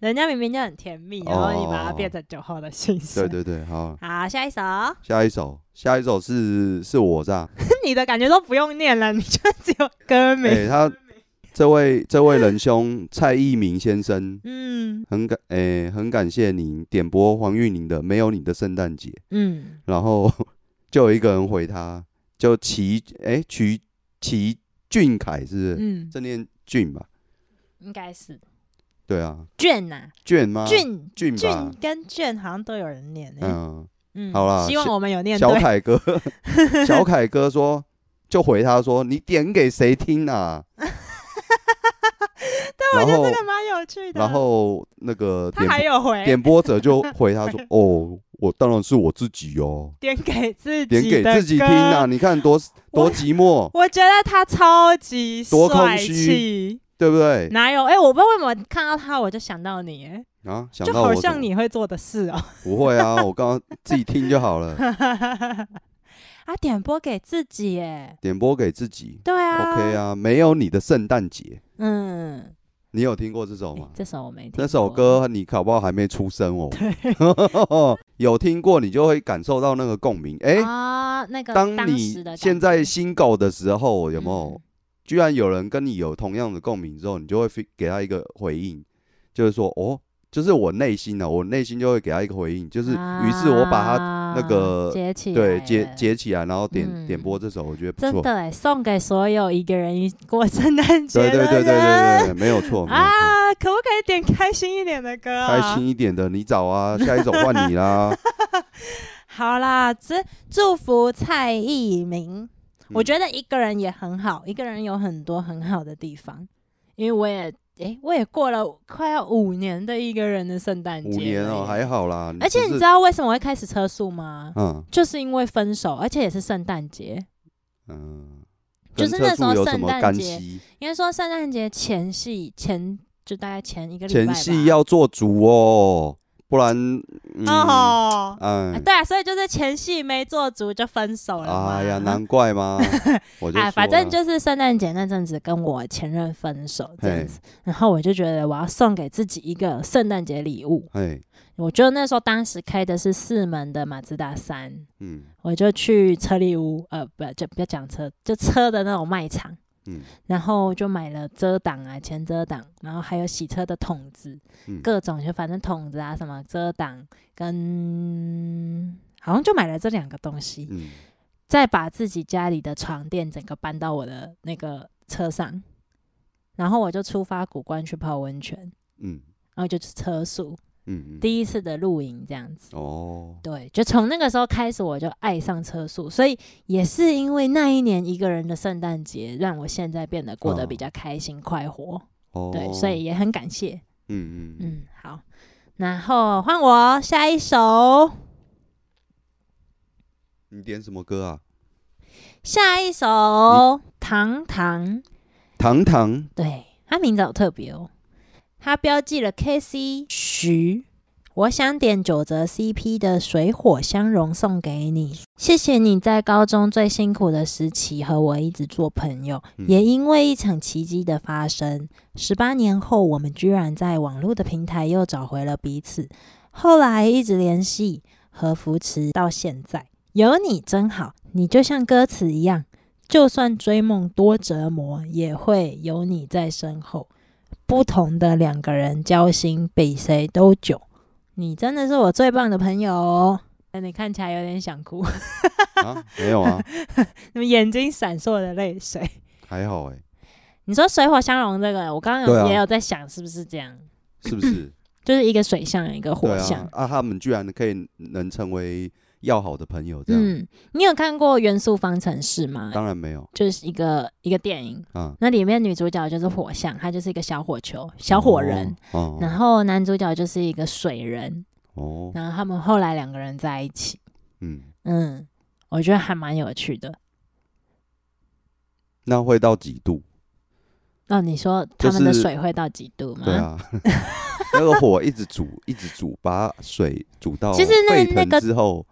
S2: 人家明明就很甜蜜，然后你把它
S1: 哦
S2: 变成酒后的心声。
S1: 对对对，好，
S2: 好，下一首，
S1: 下一首，下一首是是我是吧？
S2: 你的感觉都不用念了，你就只有歌名。
S1: 哎、他这位这位仁兄蔡一鸣先生，
S2: 嗯
S1: 很感哎、很感谢您点播黄韵玲的《没有你的圣诞节》，
S2: 嗯，
S1: 然后 就有一个人回他，就齐哎、齐齐俊凯是不是？
S2: 嗯，
S1: 这念俊吧？
S2: 应该是
S1: 对啊，
S2: 卷呐、
S1: 俊吗？
S2: 俊
S1: 啊俊吧
S2: 俊。跟卷好像都有人念、欸。嗯
S1: 嗯，
S2: 嗯
S1: 好啦
S2: 希望
S1: 小
S2: 我们有念
S1: 小
S2: 对。
S1: 凯哥，小凯哥说，就回他说，你点给谁听啊？
S2: 我
S1: 然
S2: 觉
S1: 后
S2: 得这个蛮有趣的。
S1: 然后那个
S2: 他
S1: 点
S2: 还
S1: 播
S2: 有回
S1: 点播者就回他 说，哦，我当然是我自己哦，
S2: 点给自己
S1: 点给
S2: 的
S1: 自己
S2: 歌
S1: 听啊，你看多多寂 寞，
S2: 我觉得他超级
S1: 多空
S2: 帅
S1: 虚
S2: 气，
S1: 对不对？
S2: 哪有？哎、我不知道为什么看到他我就想到你，哎
S1: 啊，想
S2: 就
S1: 到我
S2: 好
S1: 什么
S2: 像你会做的事哦。
S1: 不会啊，我刚刚自己听就好了，
S2: 啊，点播给自己，哎，
S1: 点播给自己
S2: 对啊
S1: ，OK，啊，没有你的圣诞节，
S2: 嗯，
S1: 你有听过这首
S2: 哎
S1: 吗？
S2: 这首我没听过，
S1: 那首歌你搞不好还没出生哦， 有听过你就会感受到那个共鸣。哎、
S2: 啊，那个
S1: 当
S2: 时
S1: 你
S2: 的
S1: 现
S2: 感觉
S1: 在新狗的时候，有没有
S2: 嗯？
S1: 居然有人跟你有同样的共鸣之后，你就会 fe- 给他一个回应，就是说哦，就是我内心呢、啊我内心就会给他一个回应，就是于是我把它
S2: 啊
S1: 那个
S2: 接起
S1: 对
S2: 来
S1: 截
S2: 了
S1: 截起来，然后点、
S2: 嗯
S1: 点播这首，我觉得不
S2: 真
S1: 错。
S2: 的哎，送给所有一个人一过圣诞节
S1: 对对
S2: 的
S1: 对对
S2: 人
S1: 对对，没有错，没有错。
S2: 啊，可不可以点开心一点的歌、啊？
S1: 开心一点的，你找啊，下一首换你 啦。
S2: 好啦，这祝福蔡依明。我
S1: 嗯
S2: 觉得一个人也很好，一个人有很多很好的地方。因为我也，诶、我也过了快要五年的一个人的圣诞节了
S1: 五年哦，
S2: 耶
S1: 还好啦。
S2: 而且
S1: 只
S2: 你
S1: 是
S2: 知道为什么会开始车速吗？
S1: 嗯
S2: 就是因为分手，而且也是圣诞节。
S1: 嗯，
S2: 就是
S1: 跟厕
S2: 那时候
S1: 所有什
S2: 圣
S1: 么
S2: 诞
S1: 干
S2: 节
S1: 系？
S2: 应该说圣诞节前戏前，就大概前一个礼拜吧
S1: 前戏要做足哦，不然嗯，
S2: 哦、啊
S1: 嗯，
S2: 对啊，所以就是前戏没做足就分手了嘛。
S1: 哎呀，难怪 嘛，我就
S2: 哎，
S1: 说
S2: 反正
S1: 了
S2: 就是圣诞节那阵子跟我前任分手这样
S1: 嘿
S2: 子，然后我就觉得我要送给自己一个圣诞节礼物。
S1: 哎，
S2: 我就那时候当时开的是四门的马自达三，
S1: 嗯
S2: 我就去车里屋，呃，不就不要讲车，就车的那种卖场，
S1: 嗯
S2: 然后就买了遮挡啊、前遮挡，然后还有洗车的桶子，
S1: 嗯，
S2: 各种就反正桶子啊、什么遮挡跟。好像就买了这两个东西，
S1: 嗯
S2: 再把自己家里的床垫整个搬到我的那个车上，然后我就出发古关去泡温泉，
S1: 嗯
S2: 然后就是车速，
S1: 嗯嗯，
S2: 第一次的露营这样子。
S1: 哦，
S2: 对，就从那个时候开始，我就爱上车速，所以也是因为那一年一个人的圣诞节，让我现在变得过得比较开心、快活。
S1: 哦，
S2: 对，所以也很感谢。
S1: 嗯嗯嗯，
S2: 嗯，好，然后换我下一首，
S1: 你点什么歌啊？
S2: 下一首糖糖，
S1: 糖糖，
S2: 对，他名字好特别哦，他标记了 K C 徐。我想点九折 CP 的《水火相融》送给你，谢谢你在高中最辛苦的时期和我一直做朋友，
S1: 嗯
S2: 也因为一场奇迹的发生，十八年后我们居然在网络的平台又找回了彼此，后来一直联系和扶持到现在。有你真好，你就像歌词一样，就算追梦多折磨，也会有你在身后。不同的两个人交心，比谁都久。你真的是我最棒的朋友哦。哎你看起来有点想哭，
S1: 啊，没有啊，
S2: 你们眼睛闪烁的泪水。
S1: 还好哎，
S2: 你说水火相融这个，我刚刚
S1: 对
S2: 有
S1: 啊
S2: 也有在想，是不是这样？
S1: 是不是？
S2: 就是一个水象，一个 火
S1: 对
S2: 象
S1: 啊。，啊，他们居然可以能成为要好的朋友，这样，
S2: 嗯，你有看过《元素方程式》吗？
S1: 当然没有
S2: 就是一个一个电影，
S1: 啊，
S2: 那里面女主角就是火象，她就是一个小火球、小火人，
S1: 哦，
S2: 然后男主角就是一个水人，
S1: 哦，哦
S2: 然后他们后来两个人在一起。
S1: 嗯，
S2: 嗯，我觉得还蛮有趣的。
S1: 那会到几度？
S2: 那、哦你说他们的水会到几度吗？
S1: 对啊， 那个火一直煮，一直煮，把水煮到
S2: 其实那
S1: 沸
S2: 那
S1: 腾
S2: 个
S1: 之后，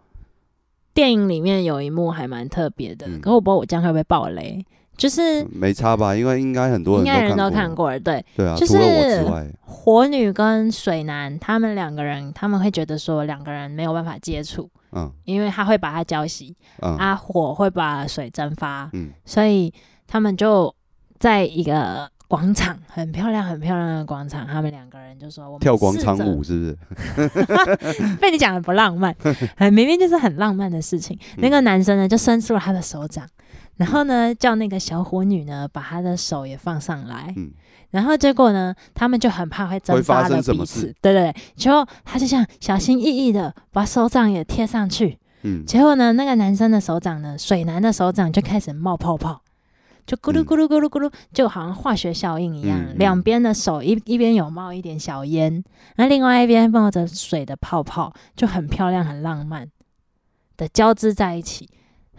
S2: 电影里面有一幕还蛮特别的，
S1: 嗯
S2: 可我不知道我这样会不会爆雷，就是
S1: 嗯没差吧？因为应该很多
S2: 应该
S1: 人
S2: 人
S1: 都
S2: 都
S1: 看
S2: 看
S1: 过，
S2: 过了。对，
S1: 对啊，
S2: 就
S1: 除了我之
S2: 是
S1: 外，
S2: 火女跟水男他们两个人，他们会觉得说两个人没有办法接触，
S1: 嗯
S2: 因为他会把它浇熄，
S1: 嗯
S2: 啊，火会把水蒸发，
S1: 嗯
S2: 所以他们就在一个广场，很漂亮、很漂亮的广场，他们两个人就说：“我们
S1: 跳广
S2: 试
S1: 场
S2: 着
S1: 舞是不是？
S2: 被你讲的不 浪漫，很明明就是很浪漫的事情。
S1: 嗯
S2: 那个男生呢，就伸出了他的手掌，然后呢，叫那个小火女呢，把她的手也放上来。
S1: 嗯，
S2: 然后结果呢，他们就很怕会蒸
S1: 会发
S2: 发了
S1: 生什么
S2: 彼此
S1: 事。
S2: 对对对，结果他就像小心翼翼的把手掌也贴上去。
S1: 嗯，
S2: 结果呢，那个男生的手掌呢，水男的手掌就开始冒泡泡。就咕噜
S1: 嗯
S2: 咕噜咕噜咕噜，就好像化学效应一样，
S1: 嗯嗯
S2: 两边的手一一边有冒一点小烟，那另外一边冒着水的泡泡，就很漂亮、很浪漫的交织在一起。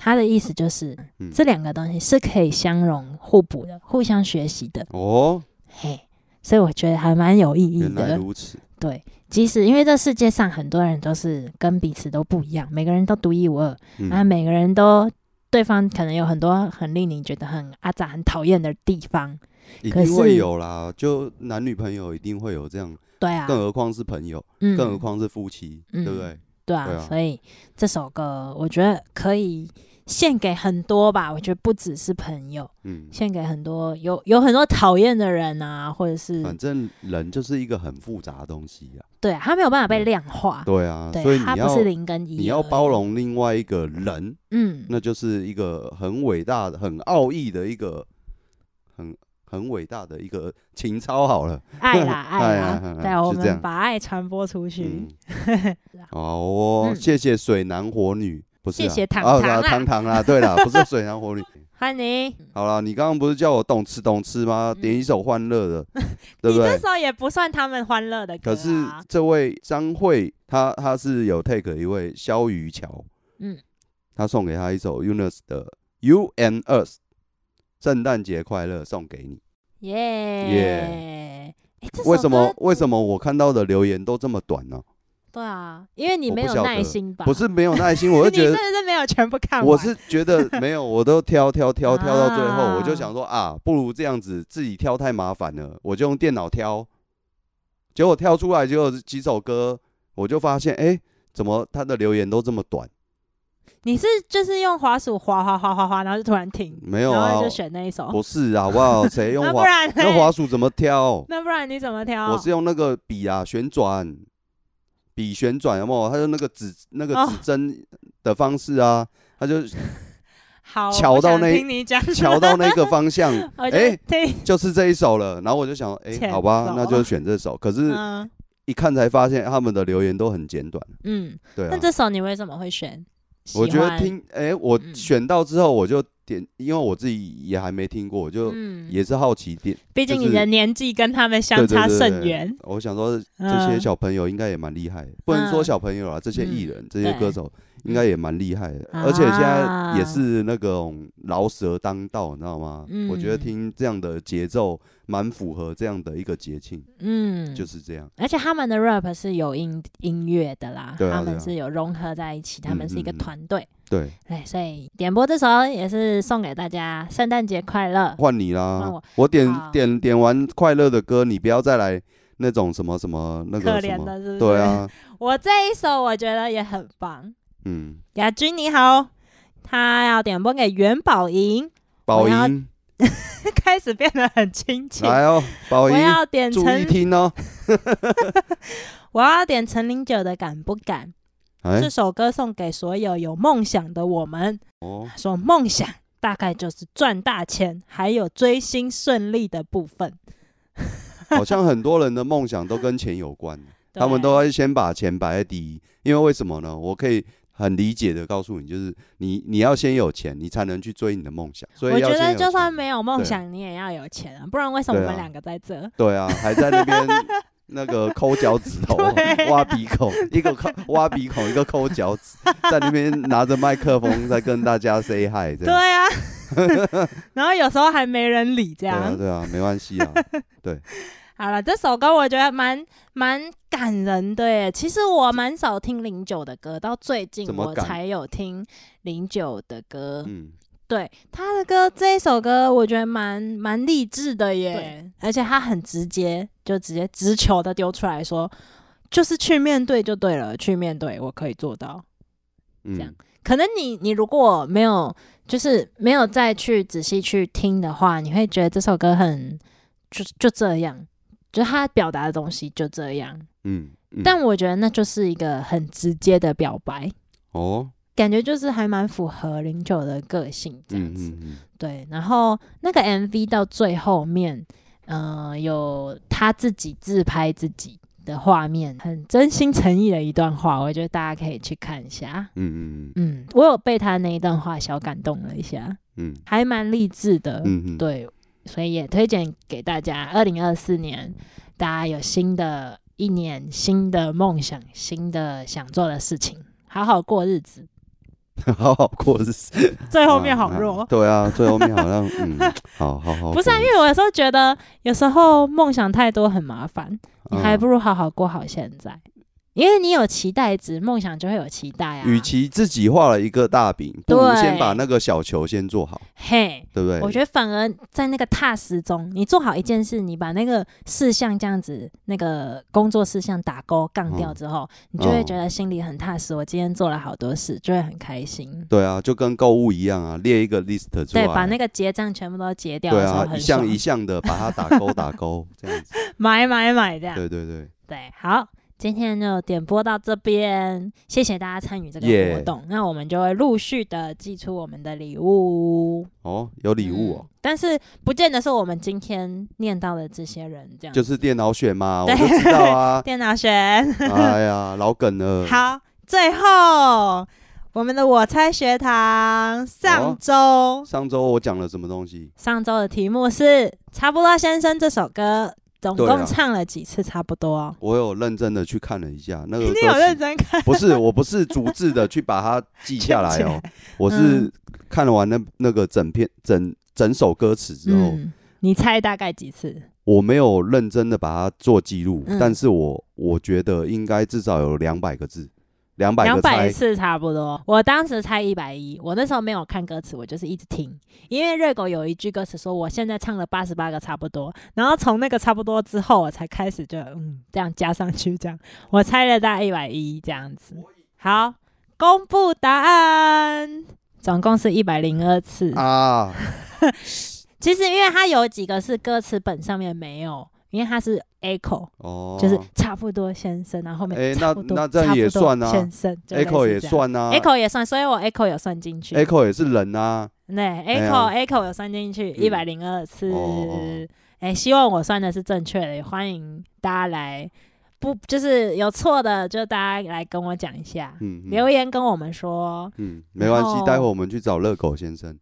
S2: 他的意思就是，
S1: 嗯
S2: 这两个东西是可以相融互补的，互相学习的。
S1: 哦，
S2: 嘿，所以我觉得还蛮有意义
S1: 原来
S2: 的。
S1: 如此，
S2: 对，即使因为这世界上很多人都是跟彼此都不一样，每个人都独一无二，啊，
S1: 嗯
S2: 每个人都对方可能有很多很令你觉得很阿杂、很讨厌的地方。
S1: 一
S2: 可
S1: 定会
S2: 是
S1: 有啦，就男女朋友一定会有这样，
S2: 对啊，
S1: 更何况是朋友，
S2: 嗯，
S1: 更何况是夫妻，对
S2: 嗯
S1: 不对？
S2: 对啊，
S1: 对啊
S2: 所以这首歌我觉得可以献给很多吧，我觉得不只是朋友，
S1: 嗯，
S2: 献给很多有有很多讨厌的人啊，或者是、
S1: 反正人就是一个很复杂的东西呀，
S2: 对啊，他没有办法被
S1: 嗯
S2: 量化，
S1: 对啊，
S2: 对，
S1: 所以你
S2: 他
S1: 要
S2: 不是零跟一，
S1: 你要包，容另外一个人，
S2: 嗯，
S1: 那就是一个很伟大的、很奥义的一个很。很伟大的一个情操，好了，
S2: 爱啦爱
S1: 哎呀
S2: 啦
S1: 哎呀，
S2: 对
S1: 就
S2: 啊，我
S1: 这样
S2: 们把爱传播出 去
S1: 嗯，，好哦，
S2: 嗯
S1: 谢谢水男火女，不是啊、
S2: 谢谢糖
S1: 啊
S2: 糖嗯
S1: 啊
S2: 啦
S1: 糖糖啦，对啦，不是水男火 女。
S2: 欢迎。
S1: 好啦，你刚刚不是叫我懂吃懂吃吗？
S2: 嗯
S1: 点一首欢乐 的，对
S2: 你
S1: 不
S2: 这
S1: 对？
S2: 首也不算他们欢乐的歌
S1: 可
S2: 啊，
S1: 是这位张惠，她她是有 take 一位萧雨乔，
S2: 嗯，
S1: 她送给她一首 Unis 的《You and Us》，圣诞节快乐送给你。
S2: 耶诶这首
S1: 为什么
S2: 歌嗯
S1: 为什么我看到的留言都这么短呢、
S2: 对啊，因为你
S1: 我
S2: 没
S1: 不
S2: 有
S1: 晓
S2: 耐
S1: 得
S2: 心吧？
S1: 不是没有耐心， 我就觉
S2: 你
S1: 得
S2: 是不是没有全部看完？
S1: 我是觉得没有，我都挑挑挑挑到最后，我就
S2: 啊
S1: 想说啊， 不如这样子自己挑太麻烦了，我就用电脑挑。结果挑出来结果是几首歌，我就发现哎、诶怎么他的留言都这么短？
S2: 你是就是用滑鼠滑滑滑滑滑，然后就突然停，
S1: 没有
S2: 然
S1: 啊
S2: 后就，选那一首。
S1: 不是啊，好不好？谁用
S2: 那不
S1: 滑？
S2: 然
S1: 那
S2: 嘞
S1: 滑鼠怎么挑？
S2: 那不然你怎么挑？
S1: 我是用那个笔啊，旋转，笔旋转，有没有？他用那个指那个
S2: 哦
S1: 指针的方式啊，他就
S2: 好
S1: 瞧
S2: 我
S1: 到
S2: 想
S1: 那
S2: 听你讲，
S1: 瞧到那个方向，
S2: 我
S1: 哎、
S2: 就听
S1: 就是这一首了。然后我就想，哎、
S2: 欠
S1: 好吧
S2: 揍，
S1: 那就选这首。可是
S2: 嗯
S1: 一看才发现他们的留言都很简短，
S2: 嗯，
S1: 对
S2: 那
S1: 啊。
S2: 这首你为什么会选？
S1: 我
S2: 喜
S1: 觉得
S2: 欢，
S1: 听，哎、我
S2: 嗯
S1: 选到之后我就点，因为我自己也还没听过，我就
S2: 嗯，
S1: 也是好奇点。
S2: 毕竟你
S1: 就
S2: 的
S1: 是
S2: 年纪跟他们相差
S1: 对对对
S2: 甚
S1: 对
S2: 远，
S1: 我想说这
S2: 嗯
S1: 些小朋友应该也蛮厉害的，不能说小朋友啦，这些艺人、这些歌手应该也蛮厉害的，
S2: 嗯
S1: 而且现在也是那种饶舌当道，你知道吗？
S2: 嗯
S1: 我觉得听这样的节奏蛮符合这样的一个节庆，
S2: 嗯，
S1: 就是这样。
S2: 而且他们的 rap 是有音音乐的啦，
S1: 对啊
S2: 他
S1: 对
S2: 们
S1: 啊
S2: 是有融合在一起，他们是一个
S1: 嗯嗯嗯
S2: 团队。
S1: 对，
S2: 哎，所以点播这首也是送给大家，圣诞节快乐。
S1: 换你
S2: 啊换
S1: 啦
S2: 我，
S1: 我点
S2: 好
S1: 点点完快乐的歌，你不要再来那种什么什么那
S2: 可
S1: 个什
S2: 怜的
S1: 么，
S2: 是不是？
S1: 对，啊，
S2: 我这一首我觉得也很棒。
S1: 嗯，
S2: 雅君你好，他要点播给元宝莹，
S1: 宝
S2: 我要
S1: 音
S2: 开始变得很亲切。
S1: 来哦，宝
S2: 我
S1: 音
S2: 要点
S1: 注意
S2: 陈，
S1: 听哦，
S2: 我要点陈零九的《敢不敢》
S1: 哎
S2: 这，首歌，送给所有有梦想的我们。
S1: 哦，
S2: 说梦想大概就是赚大钱，还有追星顺利的部分。
S1: 好像很多人的梦想都跟钱有关。
S2: 对
S1: 他们都会先把钱摆在第一，因为为什么呢？我可以很理解的告诉你，就是你你要先有钱，你才能去追你的梦想。所以
S2: 我
S1: 要
S2: 觉
S1: 先
S2: 得
S1: 有
S2: 就
S1: 钱
S2: 算没有梦想，你也要有钱啊，不然为什么我
S1: 嗯对啊
S2: 们两个在这？
S1: 对啊，还在那 边那个抠脚趾头、
S2: 对啊
S1: 挖鼻孔，一个抠挖鼻孔，一个抠脚趾， 在那边拿着麦克风在跟大家 say hi，这
S2: 对
S1: 样。
S2: 啊， 然后有时候还没人理这
S1: 对啊，
S2: 样。
S1: 对啊，没关 系啊。
S2: 好了，这首歌我觉得蛮蛮感人的耶。其实我蛮少听零九的歌，到最近
S1: 怎么
S2: 我
S1: 感
S2: 才有听零九的歌。
S1: 嗯，
S2: 对他的歌，这一首歌我觉得蛮蛮励志的耶，而且他很直接，就直接直球的丢出来说，就是去面对就对了，去面对，我可以做到。这样
S1: 嗯，
S2: 可能你你如果没有就是没有再去仔细去听的话，你会觉得这首歌很就就这样，就他表达的东西就这样。
S1: 嗯，嗯
S2: 但我觉得那就是一个很直接的表白，
S1: 哦，
S2: 感觉就是还蛮符合零九的个性这样
S1: 嗯
S2: 子。
S1: 嗯嗯，
S2: 对，然后那个 MV 到最后面，呃，有他自己自拍自己的画面，很真心诚意的一段话，我觉得大家可以去看一下。
S1: 嗯嗯
S2: 嗯，我有被他那一段话小感动了一下，
S1: 嗯
S2: 还蛮励志的。
S1: 嗯嗯，
S2: 对，所以也推荐给大家。二零二四年，大家有新的一年、新的梦想、新的想做的事情，好好过日子。
S1: 嗯， 好好过日子。
S2: 最后面
S1: 啊
S2: 好
S1: 啊
S2: 弱。哦
S1: 对啊，最后面好像嗯， 好好好。
S2: 不是啊，因为我有时候觉得，有时候梦想太多很麻烦，你还不
S1: 如。
S2: 如好好过好现在，因为你有期待值，梦想就会有期待啊。
S1: 与其自己画了一个大饼，不如
S2: 对
S1: 先把那个小球先做好，
S2: 嘿，
S1: 对不对？
S2: 我觉得反而在那个踏实中，你做好一件事，你把那个事项这样子，那个工作事项打勾杠
S1: 嗯
S2: 掉之后，你就会觉得心里很踏实。我今天做了好多事，就会很开心。
S1: 对啊，就跟购物一样啊，列一个 list 出来，
S2: 对，把那个结账全部都结掉
S1: 对
S2: 的时候，
S1: 啊一
S2: 很
S1: 项
S2: 爽，
S1: 一项的把它打勾打 勾，这样子，
S2: 买买买这样。
S1: 对对对，
S2: 对，好，今天就点播到这边，谢谢大家参与这个活
S1: Yeah
S2: 动。那我们就会陆续的寄出我们的礼物，
S1: 哦，有礼物哦
S2: 嗯，但是不见得是我们今天念到的这些人这样。，
S1: 就是电脑选嘛，我就知道啊
S2: 电脑选
S1: 哎呀，老梗了，
S2: 好，最后我们的我猜学堂上
S1: 哦
S2: 周、
S1: 上周我讲了什么东西？
S2: 上周的题目是《差不多先生》这首歌，总
S1: 对
S2: 共
S1: 啊
S2: 唱了几次？差不多，哦
S1: 我有认真的去看了一下，那个
S2: 你
S1: 歌
S2: 有
S1: 词
S2: 认真看？
S1: 不是，我不是逐字的去把它记下来哦，我是
S2: 嗯
S1: 看完那那个整篇整整首歌词之后，
S2: 嗯，你猜大概几次？
S1: 我没有认真的把它做记录，
S2: 嗯
S1: 但是我我觉得应该至少有两百个字，两百
S2: 两
S1: 个
S2: 百
S1: 猜，
S2: 次差不多。我当时猜一百一，我那时候没有看歌词，我就是一直听，因为热狗有一句歌词说我现在唱了八十八个差不多，然后从那个差不多之后，我才开始就嗯这样加上去，这样我猜了大概一百一这样子。好，公布答案。总共是一百零二次
S1: 啊，
S2: 其实因为它有几个是歌词本上面没有，因为它是 echo，、
S1: 哦，
S2: 就是差不多先生，然后后面
S1: 哎
S2: 差不多、
S1: 那那这样也
S2: 差不多
S1: 算啊
S2: 先生就类似
S1: echo 也
S2: 这样
S1: 算啊
S2: Echo 也算，所以我 Echo 有算进去。
S1: echo 也是人啊，
S2: 对
S1: 呀
S2: ，Echo Echo 有算进去
S1: 嗯
S2: 一百零二次
S1: 哦哦哦。
S2: 哎，希望我算的是正确的，也欢迎大家来不就是有错的，就大家来跟我讲一下，
S1: 嗯，嗯
S2: 留言跟我们说，
S1: 嗯，没关
S2: 然
S1: 系，
S2: 后
S1: 待会我们去找热狗先生。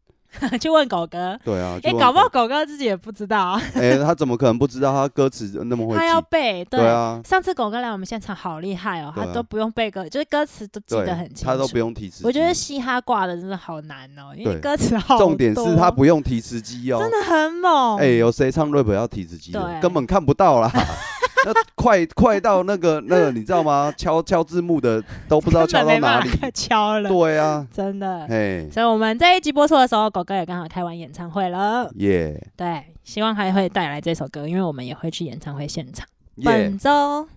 S2: 去问狗哥。
S1: 对啊，去
S2: 哎、
S1: 问
S2: 搞不好
S1: 狗
S2: 狗哥自己也不知道啊，
S1: 哎，他怎么可能不知道他歌词那么会
S2: 他要
S1: 记？
S2: 背。对
S1: 对啊，
S2: 上次狗哥来我们现场好厉害哦，
S1: 对啊
S2: 他都不用背歌，就是歌词都记
S1: 对啊
S2: 得很，清楚。
S1: 他都不用提词。
S2: 我觉得嘻哈挂的真的好难哦，因为
S1: 对
S2: 歌词好多
S1: 重点是他不用提词机哦
S2: 真。的很猛。
S1: 哎，有谁唱 rap 要提词机的
S2: 对？
S1: 根本看不到 啦。那快快到那个那个，你知道吗？敲敲字幕的都不知道
S2: 根
S1: 敲
S2: 本
S1: 到
S2: 没
S1: 哪
S2: 办
S1: 里。
S2: 法敲了，呃
S1: 对啊，
S2: 真的。
S1: 嘿，
S2: 所以我们这一集播出的时候，狗哥也刚好开完演唱会了。
S1: 耶
S2: 对，希望还会带来这首歌，因为我们也会去演唱会现场。
S1: 耶
S2: 本，周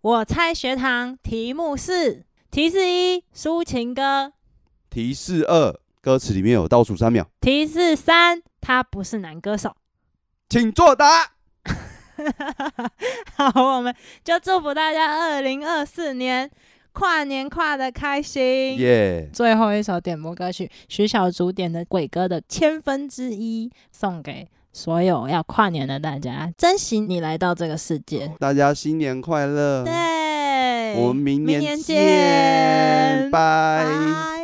S2: 我猜学堂题目是提示一抒情歌，
S1: 提示二，歌词里面有倒数三秒，
S2: 提示三他不是男歌手。
S1: 请作答。
S2: 好，我们就祝福大家二零二四年跨年跨的开心。
S1: 耶，
S2: 最后一首点播歌曲，徐小竹点的《鬼歌》的千分之一，送给所有要跨年的大家。珍惜你来到这个世界，
S1: 大家新年快乐。
S2: 对，
S1: 呃我们明
S2: 明
S1: 年
S2: 见，
S1: 见，拜。
S2: 拜